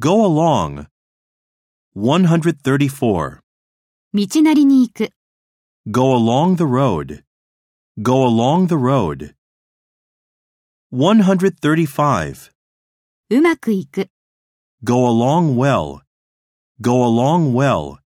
Go along. 134. 道なりに行く、 Go along the road. Go along the road. 135. うまくいく。 Go along well. Go along well.